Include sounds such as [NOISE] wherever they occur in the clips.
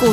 股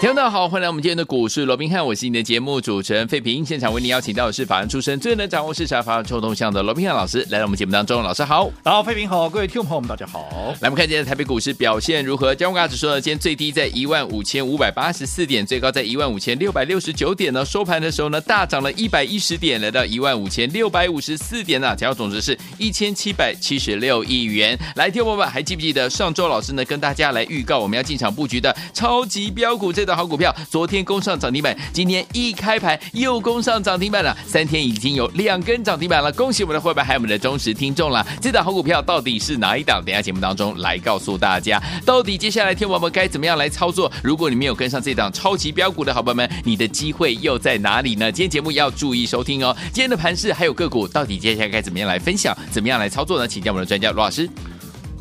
听众大家好，欢迎来我们今天的股市罗宾汉，我是你的节目主持人费平。现场为您邀请到的是法案出身、最能掌握市场法案臭动向的罗宾汉老师，来到我们节目当中。老师好，然后，费平好，各位听众朋友们，大家好。来我们看今天的台北股市表现如何？加权指数呢，今天最低在一万五千五百八十四点，最高在一万五千六百六十九点呢。收盘的时候呢，大涨了一百一十点，来到一万五千六百五十四点啊，成交总值是一千七百七十六亿元。来，听众朋友们还记不记得上周老师呢跟大家来预告我们要进场布局的超级标股这档好股票，昨天攻上涨停板，今天一开盘又攻上涨停板了，三天已经有两根涨停板了，恭喜我们的会员还有我们的忠实听众了。这档好股票到底是哪一档？等一下节目当中来告诉大家，到底接下来天王们该怎么样来操作？如果你没有跟上这档超级标股的好朋友们，你的机会又在哪里呢？今天节目要注意收听哦。今天的盘势还有个股，到底接下来该怎么样来分享，怎么样来操作呢？请教我们的专家罗老师。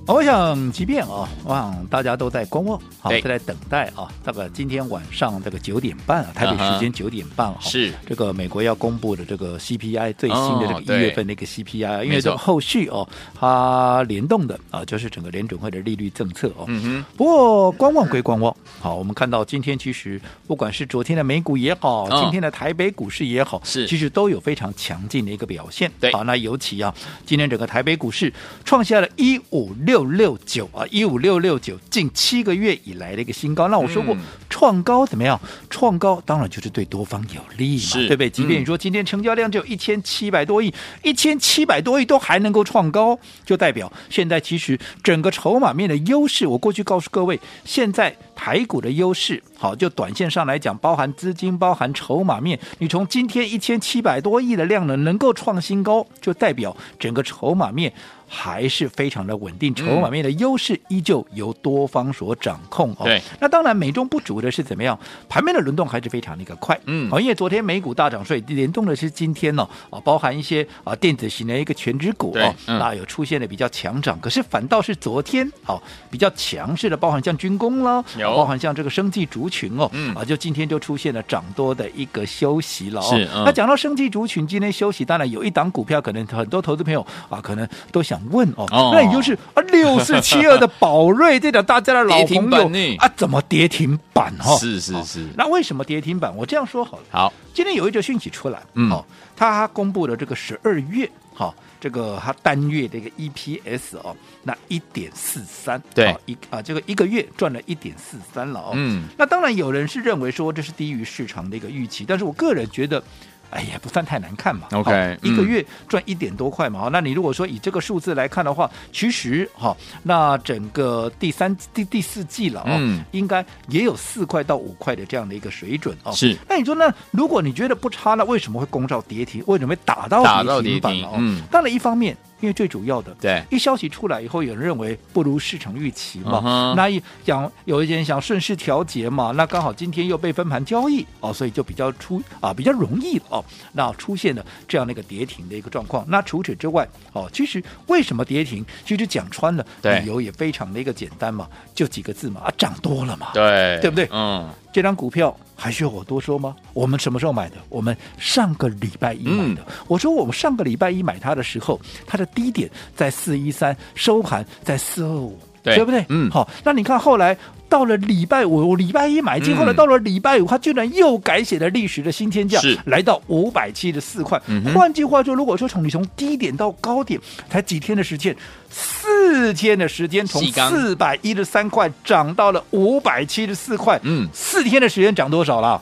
我想，即便啊，我想大家都在观望，好，对都在等待啊。这个今天晚上这个九点半啊，台北时嗯哼间九点半啊，是这个美国要公布的这个 CPI 最新的哦这个对一月份的一个 CPI，、因没为错这个后续哦，它联动的啊，就是整个联准会的利率政策哦。嗯不过观望归观望，好，我们看到今天其实不管是昨天的美股也好，嗯今天的台北股市也好，是其实都有非常强劲的一个表现。对好，那尤其啊，今天整个台北股市创下了一五六六九啊，一五六六九近七个月以来的一个新高。那我说过，嗯创高怎么样？创高当然就是对多方有利嘛，是对不对？即嗯便你说今天成交量只有一千七百多亿，一千七百多亿都还能够创高，就代表现在其实整个筹码面的优势。我过去告诉各位，现在台股的优势，好，就短线上来讲，包含资金，包含筹码面。你从今天一千七百多亿的量能能够创新高，就代表整个筹码面。还是非常的稳嗯定，筹码面的优势依旧由多方所掌控哦。对，那当然美中不足的是怎么样？盘面的轮动还是非常的一个快，哦嗯好，因为昨天美股大涨，所以联动的是今天呢、哦，啊，包含一些啊电子型的一个全指股对哦，嗯那有出现的比较强涨，可是反倒是昨天哦比较强势的，包含像军工啦，有啊包含像这个生技族群哦，嗯啊，就今天就出现了涨多的一个休息了哦。是嗯那讲到生技族群今天休息，当然有一档股票，可能很多投资朋友啊，可能都想问哦，哦那也就是啊六四七二的宝瑞这档大家的老跌停朋板友呢啊，怎么跌停板哼，哦？是是好是，那为什么跌停板？我这样说好了，好，今天有一则讯息出来，嗯好、他公布了这个十二月，好、这个他单月这个 EPS 哦，那一点四三，对好一啊，这个一个月赚了一点四三了哦，嗯，那当然有人是认为说这是低于市场的一个预期，但是我个人觉得。哎，也不算太难看嘛。 OK，好嗯一个月赚一点多块嘛。好那你如果说以这个数字来看的话，其实哈、那整个第三第第四季了哦，嗯应该也有四块到五块的这样的一个水准哦。是那你说呢？如果你觉得不差，那为什么会攻到跌停？为什么会打到打到跌停板跌了、停哦？嗯当然一方面，因为最主要的，对一消息出来以后，有人认为不如市场预期嘛嗯哼那一想有一些人想顺势调节嘛，那刚好今天又被分盘交易哦，所以就比较出啊比较容易哦，那出现了这样的一个跌停的一个状况。那除此之外哦，其实为什么跌停？其实讲穿了，对理由也非常的一个简单嘛，就几个字嘛，啊涨多了嘛，对对不对嗯，这张股票还需要我多说吗？我们什么时候买的？我们上个礼拜一买的。嗯我说我们上个礼拜一买它的时候，它的低点在四一三，收盘在四二五，对不对？嗯好，那你看后来。到了礼拜五，我礼拜一买进，嗯后来到了礼拜五，它居然又改写了历史的新天价是，来到五百七十四块。嗯哼换句话说，如果说从你从低点到高点，才几天的时间，四天的时间，从细刚四百一十三块涨到了五百七十四块，嗯四天的时间涨多少了？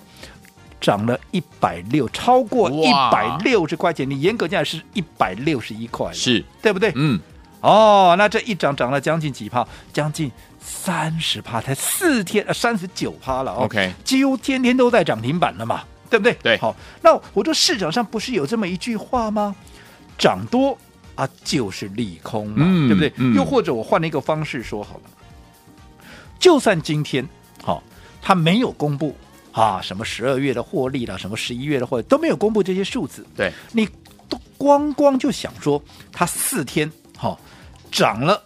涨了一百六，超过一哇百六十块钱，你严格讲是一百六十一块，是，对不对？嗯，哦，那这一涨涨了将近几趴？将近三十趴，才四天，呃三十九趴了哦。 OK 几乎天天都在涨停板了嘛，对不对？对好，那我说市场上不是有这么一句话吗？涨多啊就是利空嘛，嗯对不对？嗯又或者我换了一个方式说好了，就算今天好、它没有公布啊什么十二月的获利了，什么十一月的获利都没有公布这些数字，对，你都光光就想说它四天好、涨了。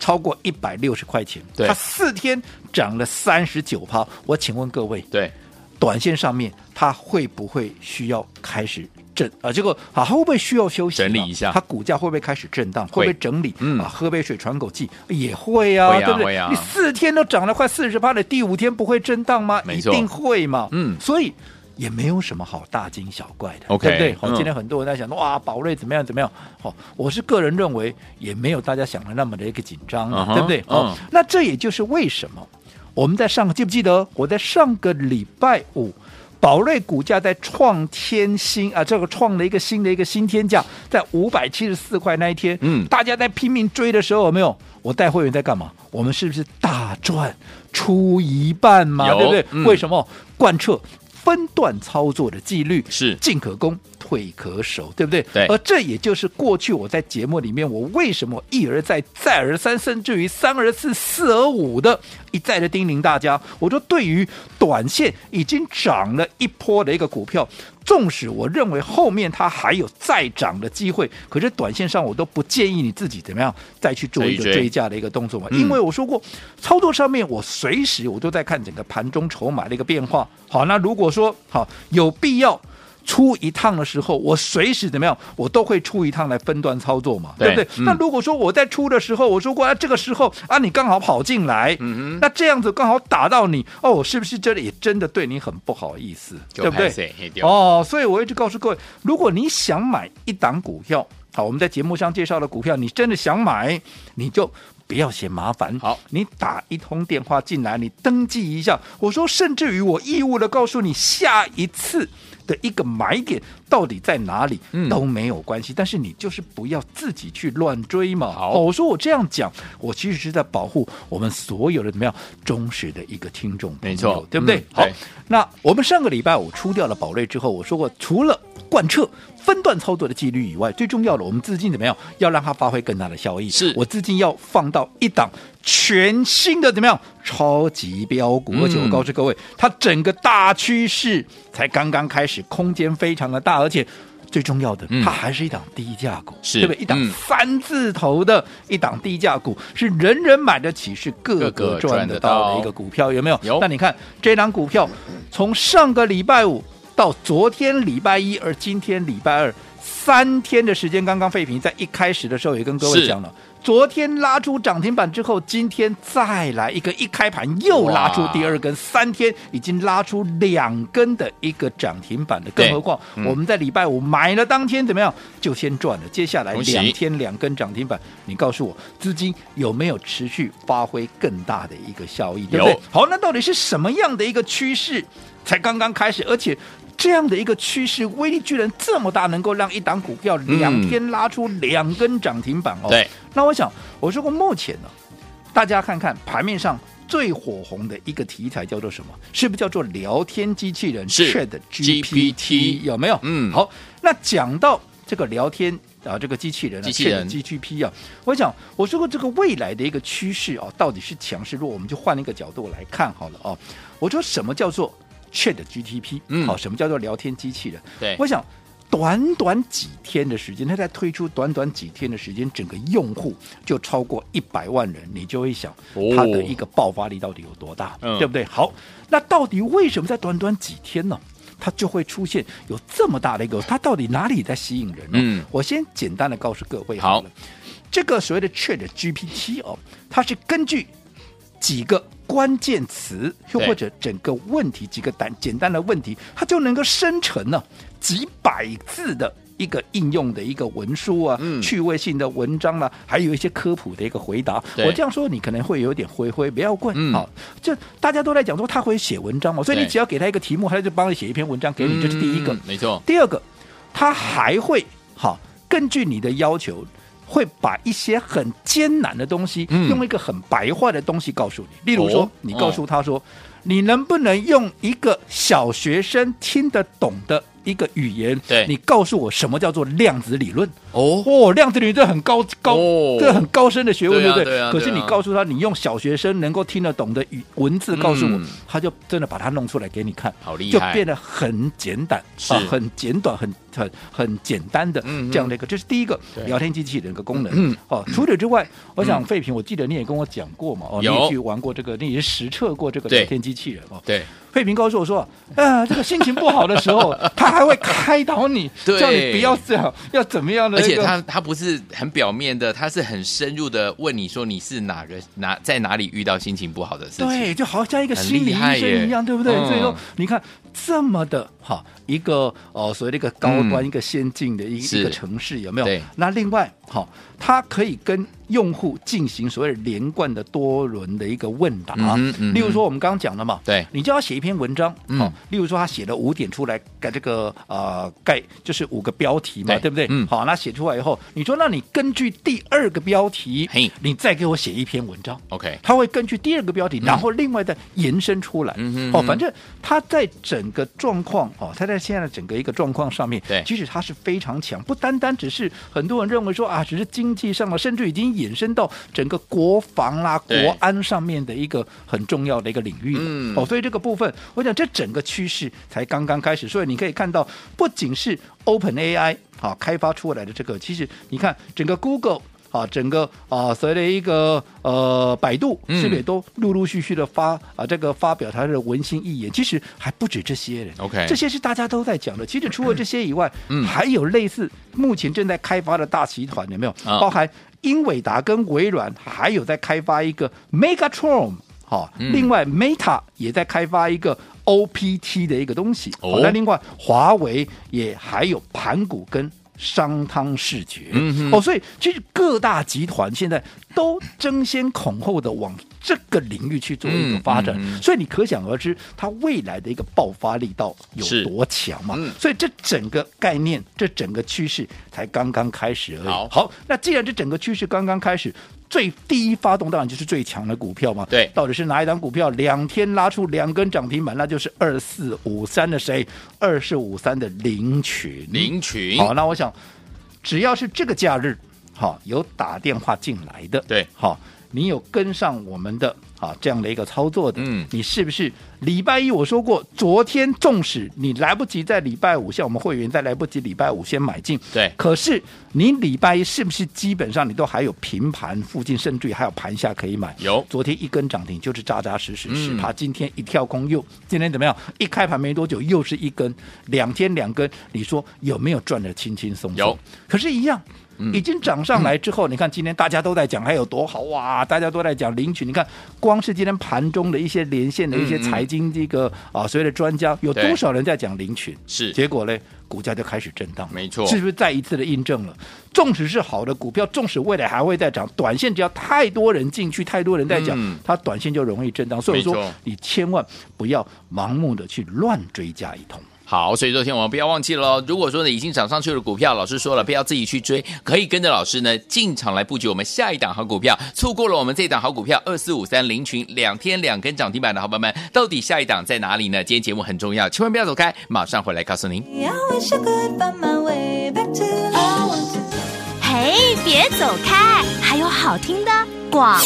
超过一百六十块钱，对它四天涨了三十九趴。我请问各位，对，短线上面它会不会需要开始震啊？这个啊，会不会需要休息啊？整理一下它股价会不会开始震荡？会会不会整理？嗯啊，喝杯水喘口气也会啊，会啊对不会对？啊你四天都涨了快四十趴了，第五天不会震荡吗？没一错定会嘛。嗯所以。也没有什么好大惊小怪的 OK，对不对？好、嗯今天很多人在想，哇，宝瑞怎么样怎么样？好、我是个人认为，也没有大家想的那么的一个紧张啊嗯哼对不对？哦、嗯那这也就是为什么我们在上个记不记得我在上个礼拜五，宝瑞股价在创天新啊，这个创了一个新的一个新天价，在五百七十四块那一天，嗯大家在拼命追的时候有没有？我带会员在干嘛？我们是不是大赚出一半嘛？有对不对？嗯为什么贯彻分段操作的纪律？是进可攻，退可守，对不对？对而这也就是过去我在节目里面，我为什么一而再、再而三，甚至于三而四、四而五的一再的叮咛大家，我说对于短线已经涨了一波的一个股票。纵使我认为后面它还有再涨的机会，可是短线上我都不建议你自己怎么样再去做一个再去追追价的一个动作嘛，嗯因为我说过，操作上面我随时我都在看整个盘中筹码的一个变化。好，那如果说好有必要。出一趟的时候，我随时怎么样，我都会出一趟来分段操作嘛，对对不对？嗯那如果说我在出的时候，我说过啊，这个时候啊，你刚好跑进来，嗯那这样子刚好打到你，哦，是不是这里也真的对你很不好意思，就对不对拍谁嘿？对哦，所以我一直告诉各位，如果你想买一档股票，好，我们在节目上介绍的股票，你真的想买，你就。不要嫌麻烦，好，你打一通电话进来，你登记一下。我说，甚至于我义务的告诉你，下一次的一个买点到底在哪里、嗯都没有关系，但是你就是不要自己去乱追嘛。好哦我说我这样讲，我其实是在保护我们所有的怎么样忠实的一个听众朋没友，错对不对？嗯好对，那我们上个礼拜五出掉了宝瑞之后，我说过，除了贯彻分段操作的纪律以外，最重要的，我们资金怎么样，要让它发挥更大的效益。是我资金要放到一档全新的怎么样超级标股，嗯而且我告诉各位，它整个大趋势才刚刚开始，空间非常的大，而且。最重要的嗯，它还是一档低价股，是对不对？一档嗯三字头的一档低价股，是人人买得起，是个个个个赚赚得得到到的一个股票，有没有？有那你看这档股票，从上个礼拜五到昨天礼拜一，而今天礼拜二，三天的时间刚刚废品，在一开始的时候也跟各是位讲了。昨天拉出涨停板之后，今天再来一个，一开盘又拉出第二根，三天已经拉出两根的一个涨停板的，对更何况嗯我们在礼拜五买了当天怎么样，就先赚了，接下来恭喜两天两根涨停板，你告诉我资金有没有持续发挥更大的一个效益，对不有对？好，那到底是什么样的一个趋势才刚刚开始，而且？这样的一个趋势威力居然这么大，能够让一档股票两嗯天拉出两根涨停板哦。对，那我想我说过，目前呢、大家看看盘面上最火红的一个题材叫做什么？是不是叫做聊天机器人是 Chat GPT GPT？有没有？嗯好，那讲到这个聊天啊，这个机器人啊机器人 Chat GPT 啊，我想我说过这个未来的一个趋势啊，到底是强是弱，我们就换一个角度来看好了哦、我说什么叫做 Chat GPT？嗯好，什么叫做聊天机器人？对我想。短短几天的时间，它在推出短短几天的时间，整个用户就超过一百万人，你就会想哦它的一个爆发力到底有多大，嗯对不对？好，那到底为什么在短短几天呢？它就会出现有这么大的一个，它到底哪里在吸引人呢？嗯我先简单的告诉各位好好了，这个所谓的 Chat GPT 哦，它是根据几个关键词，又对或者整个问题几个单简单的问题，它就能够生成呢、几百字的。一个应用的一个文书啊，嗯趣味性的文章啦、还有一些科普的一个回答。对我这样说，你可能会有点灰灰，不要怪。嗯好，就大家都在讲说他会写文章嘛，所以你对只要给他一个题目，他就帮你写一篇文章给你，这是第一个。嗯没错，第二个，它还会好根据你的要求，会把一些很艰难的东西，嗯用一个很白话的东西告诉你。例如说，哦你告诉他说，你能不能用一个小学生听得懂的一个语言，对你告诉我什么叫做量子理论？哦，哦，量子理论这很高高，哦这很高深的学问，对啊不对？对啊可是对啊你告诉他，你用小学生能够听得懂的语文字告诉我，嗯他就真的把它弄出来给你看，好厉就害变得很简短，是很简短，很很很简单的嗯嗯这样的一个，这是第一个对聊天机器人的功嗯能。哦，除此之外，我想废品，我记得你也跟我讲过嘛，哦，你有也去玩过这个，你也实测过这个对聊天机器人哦。对，佩平告诉我说，呃，这个心情不好的时 [LAUGHS] 候，他还会开导你，对叫你不要这样，要怎么样的而一个？且他他不是很表面的，他是很深入的问你说你是哪个哪在哪里遇到心情不好的事情，对，就好像一个很心理厉医害耶生一样，对不对？嗯所以说，你看这么的哈，一个哦，所谓的一个高端、嗯一个先进的一是一个城市，有没有对？那另外，好，它可以跟用户进行所谓连贯的多轮的一个问答嗯啊哼嗯。哼例如说，我们刚刚讲了嘛，对你就要写一篇文章，嗯好，例如说他写了五点出来，盖这个呃盖就是五个标题嘛，对对不对？嗯好，那写出来以后，你说，那你根据第二个标题嘿，你再给我写一篇文章。 ，OK，它会根据第二个标题，然后另外再延伸出来。嗯哼嗯哼哦，反正它在整个状况哦，它在现在的整个一个状况上面，对其实它是非常强，不单单只是很多人认为说啊，只是经济上了，甚至已经衍生到整个国防啦、国对安上面的一个很重要的一个领域了。嗯哦，所以这个部分，我想这整个趋势才刚刚开始，所以你可以看到，不仅是 Open AI 好、开发出来的这个，其实你看整个 Google。啊，整个啊，所谓的一个呃，百度嗯是不是也都陆陆续续的发啊，这个发表它的文心一言？其实还不止这些人 OK 这些是大家都在讲的。其实除了这些以外，嗯还有类似目前正在开发的大集团有没有？啊包含英伟达跟微软，还有在开发一个 Megatron。好，嗯另外 Meta 也在开发一个 OPT 的一个东西。哦好那另外华为也还有盘古跟商汤视觉。嗯哼哦，所以其实各大集团现在都争先恐后的往这个领域去做一个发展，嗯嗯嗯所以你可想而知，它未来的一个爆发力道有是多强嘛。嗯所以这整个概念，这整个趋势才刚刚开始而已。好那既然这整个趋势刚刚开始，最第一发动当然就是最强的股票嘛。对到底是哪一档股票两天拉出两根涨停板，那就是二四五三的谁？二四五三的林群。林群，好，那我想，只要是这个假日，好有打电话进来的，对好，你有跟上我们的啊这样的一个操作的，嗯你是不是礼拜一我说过，昨天纵使你来不及在礼拜五，像我们会员在来不及礼拜五先买进，对可是你礼拜一是不是基本上你都还有平盘附近，甚至于还有盘下可以买？有昨天一根涨停就是扎扎实实嗯十趴，今天一跳空又今天怎么样？一开盘没多久又是一根，两天两根，你说有没有赚的轻轻松松？有，嗯可是，一样。已经涨上来之后，你看今天大家都在讲还有多好哇，大家都在讲领取。你看，光是今天盘中的一些连线的一些嗯嗯财经这个啊，所谓的专家，有对多少人在讲领取？是结果嘞，股价就开始震荡了，没错是不是再一次的印证了？纵使是好的股票，纵使未来还会再涨，短线只要太多人进去，太多人在讲，嗯它短线就容易震荡。所以我没说错，你千万不要盲目的去乱追加一通。好，所以昨天我们不要忘记了哦。如果说呢已经涨上去的股票，老师说了不要自己去追，可以跟着老师呢进场来布局我们下一档好股票。错过了我们这一档好股票二四五三零群两天两根涨停板的好朋友们，到底下一档在哪里呢？今天节目很重要，千万不要走开，马上回来告诉您。 I wish I could find my way back to love. 嘿，别走开，还有好听的广。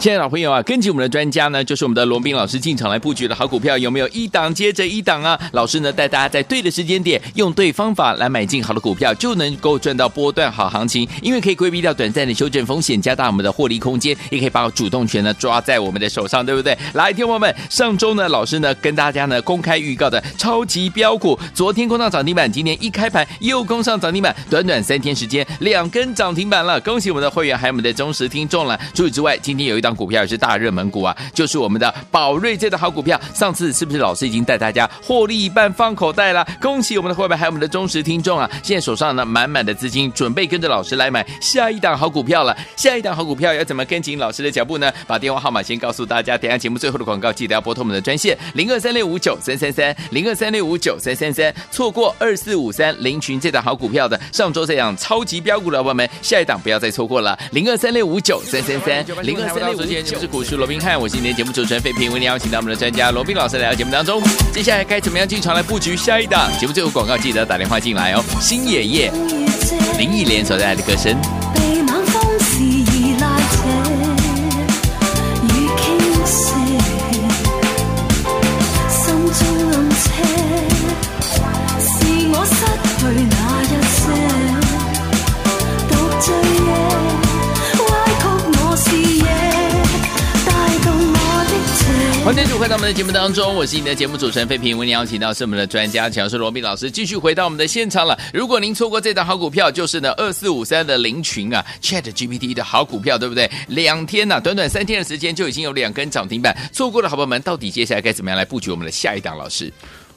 亲爱的老朋友啊，根据我们的专家呢，就是我们的罗斌老师进场来布局的好股票，有没有一档接着一档啊？老师呢带大家在对的时间点，用对方法来买进好的股票，就能够赚到波段好行情，因为可以规避掉短暂的修正风险，加大我们的获利空间，也可以把主动权呢抓在我们的手上，对不对？来，听众朋友们，上周呢老师呢跟大家呢公开预告的超级标股，昨天攻上涨停板，今天一开盘又攻上涨停板，短短三天时间两根涨停板了，恭喜我们的会员还有我们的忠实听众了。除此之外，今天有一档股票也是大热门股啊，就是我们的宝瑞这档好股票。上次是不是老师已经带大家获利一半放口袋了？恭喜我们的会员还有我们的忠实听众啊！现在手上呢满满的资金，准备跟着老师来买下一档好股票了。下一档好股票要怎么跟紧老师的脚步呢？把电话号码先告诉大家，等一下节目最后的广告记得要拨通我们的专线零二三六五九三三三零二三六五九三三三。错过二四五三林群这档好股票的，上周这档超级标股的老板们，下一档不要再错过了零二三六五九三三三零二三六五九。我是股市罗宾汉，我是今天节目主持人费平，为您邀请到我们的专家罗宾老师来到节目当中。接下来该怎么样进场来布局下一档？节目最后广告记得打电话进来哦。星野夜 When you take 林忆莲所带来的歌声。被晚風肆意拉扯與傾瀉，心中暗嗟，是我失去那续回到我们的节目当中，我是你的节目主持人费平，为您邀请到是我们的专家乔氏罗宾老师，继续回到我们的现场了。如果您错过这档好股票，就是呢二四五三的林群啊，Chat GPT 的好股票，对不对？两天呐、短短三天的时间就已经有两根涨停板，错过的好朋友们，到底接下来该怎么样来布局我们的下一档？老师，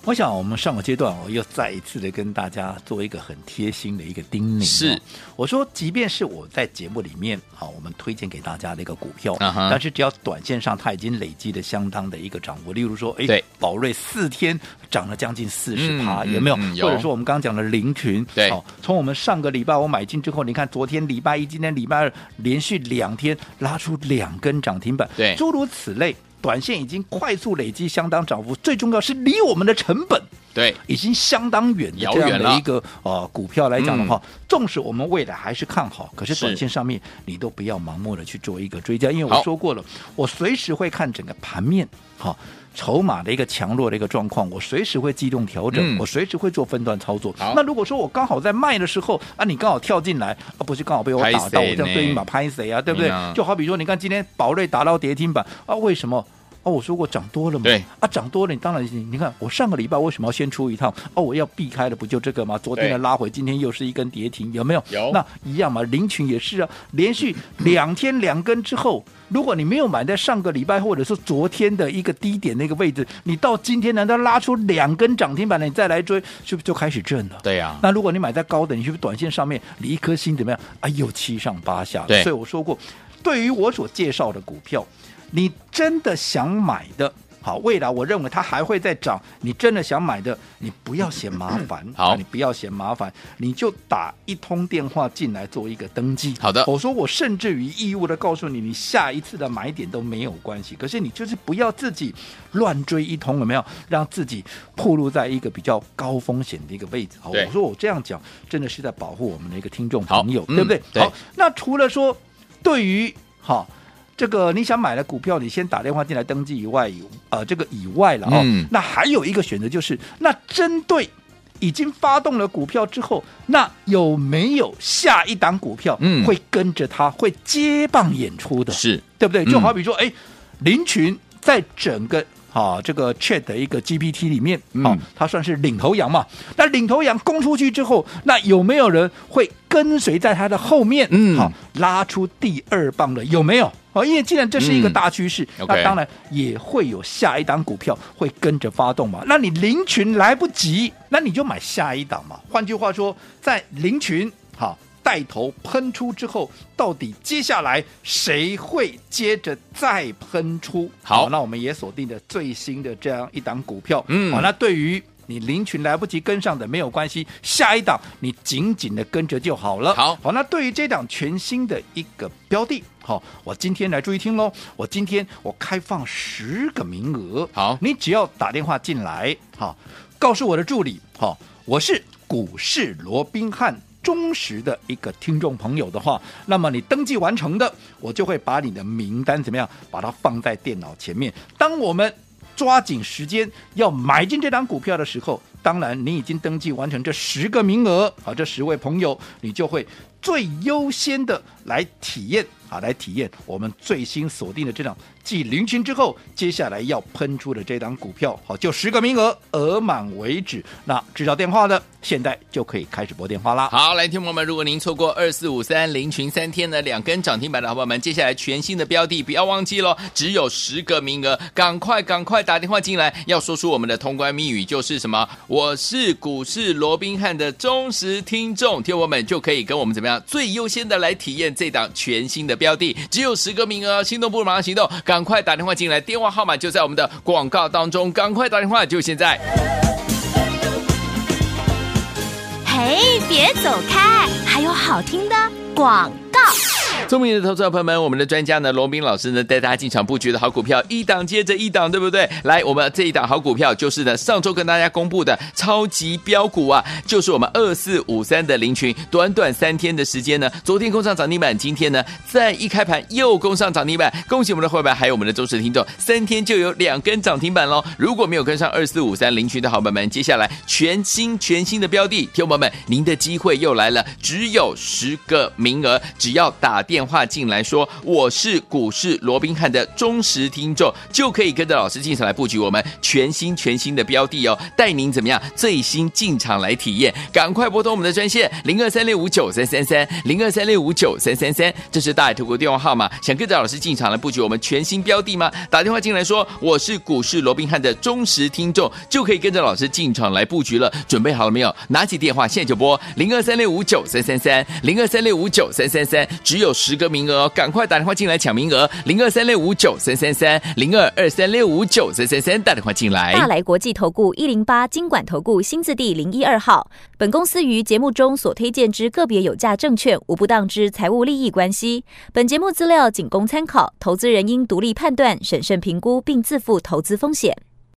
我想我们上个阶段我又再一次的跟大家做一个很贴心的一个叮咛、哦是，我说即便是我在节目里面好，我们推荐给大家的一个股票，啊哈但是只要短线上它已经累积了相当的一个涨幅，例如说，哎对，宝瑞四天涨了将近四十趴，嗯有没有？嗯嗯有或者说我们刚刚讲的林群，对好，哦从我们上个礼拜我买进之后，你看昨天礼拜一，今天礼拜二，连续两天拉出两根涨停板，对诸如此类。短线已经快速累积相当涨幅，最重要是离我们的成本对，已经相当远的遥这远样了嗯的一个呃股票来讲的话，纵使我们未来还是看好，可是是短线上面你都不要盲目的去做一个追加，因为好我说过了，我随时会看整个盘面，好、筹码的一个强弱的一个状况，我随时会机动调嗯整，我随时会做分段操作好。那如果说我刚好在卖的时候啊，你刚好跳进来，啊，不是刚好被我拍打到，我谁这样呢对应把拍谁啊，对不对嗯啊？就好比说，你看今天宝瑞打到跌停板啊，为什么？哦，我说过涨多了嘛，对啊，涨多了，你当然你你看我上个礼拜为什么要先出一趟？哦，我要避开的不就这个吗？昨天对的拉回，今天又是一根跌停，有没有？有那一样嘛，林群也是啊，连续两天两根之后，如果你没有买在上个礼拜或者是昨天的一个低点那个位置，你到今天难道拉出两根涨停板了，你再来追，是不是就开始震了？对啊呀、那如果你买在高的，你是不是短线上面离一颗心怎么样？哎呦，七上八下了。对，所以我说过，对于我所介绍的股票，你真的想买的。好，未来我认为它还会再涨。你真的想买的，你不要嫌麻烦好啊你不要嫌麻烦，你就打一通电话进来做一个登记。好的我说我甚至于义务的告诉你，你下一次的买点都没有关系。可是你就是不要自己乱追一通，有没有？让自己暴露在一个比较高风险的一个位置。好，对我说我这样讲，真的是在保护我们的一个听众朋友好，嗯对不对？对好，那除了说对于哈。这个你想买的股票，你先打电话进来登记以外，以呃，这个以外了哦。嗯那还有一个选择就是，那针对已经发动了股票之后，那有没有下一档股票嗯会跟着它会接棒演出的？是对不对？嗯就好比说，哎、林群在整个啊这个 Chat 的一个 GPT 里面，嗯啊，它算是领头羊嘛。那领头羊攻出去之后，那有没有人会跟随在它的后面？嗯好、拉出第二棒的有没有？哦，因为既然这是一个嗯大趋势， OK 那当然也会有下一档股票会跟着发动嘛。那你林群来不及，那你就买下一档嘛。换句话说，在林群好带头喷出之后，到底接下来谁会接着再喷出？好那我们也锁定了最新的这样一档股票。嗯好，那对于。你林群来不及跟上的没有关系，下一档你紧紧的跟着就好了。好好，那对于这档全新的一个标的，好、我今天来注意听喽。我今天我开放十个名额，好你只要打电话进来，好、告诉我的助理，好、我是股市罗宾汉。忠实的一个听众朋友的话，那么你登记完成的，我就会把你的名单怎么样，把它放在电脑前面。当我们抓紧时间要买进这档股票的时候，当然你已经登记完成这十个名额啊，这十位朋友，你就会最优先的来体验啊，来体验我们最新锁定的这档继零群之后，接下来要喷出的这档股票，好，就十个名额，额满为止。那知道电话的，现在就可以开始拨电话啦。好，来，听众朋友们，如果您错过二四五三零群三天的两根涨停板的好朋友们，接下来全新的标的不要忘记喽，只有十个名额，赶快赶快打电话进来，要说出我们的通关密语就是什么？我是股市罗宾汉的忠实听众，听众朋友们就可以跟我们怎么样最优先的来体验这档全新的标的，只有十个名额，心动不如马上行动，赶快打电话进来，电话号码就在我们的广告当中，赶快打电话，就现在。嘿，别走开，还有好听的广告。聪明的投资者朋友们，我们的专家呢，罗斌老师呢，带大家进场布局的好股票，一档接着一档，对不对？来，我们这一档好股票就是呢，上周跟大家公布的超级标股啊，就是我们二四五三的林群，短短三天的时间呢，昨天攻上涨停板，今天呢，在一开盘又攻上涨停板，恭喜我们的会员还有我们的忠实听众，三天就有两根涨停板喽。如果没有跟上二四五三林群的好朋友们，接下来全新全新的标的，听众朋友们，您的机会又来了，只有十个名额，只要打电。电话进来说我是股市罗宾汉的忠实听众，就可以跟着老师进场来布局我们全新全新的标的哦，带您怎么样最新进场来体验？赶快拨通我们的专线零二三六五九三三三零二三六五九三三三，这是大海投顾电话号码。想跟着老师进场来布局我们全新标的吗？打电话进来说我是股市罗宾汉的忠实听众，就可以跟着老师进场来布局了。准备好了没有？拿起电话现在就拨零二三六五九三三三零二三六五九三三三，只有十个名额哦，赶快打电话进来抢名额零二三六五九三三三零二二三六五九三三三，打电话进来。大来国际投顾一零八金管投顾新字第零一二号。本公司于节目中所推荐之个别有价证券，无不当之财务利益关系。本节目资料仅供参考，投资人应独立判断、审慎评估，并自负投资风险。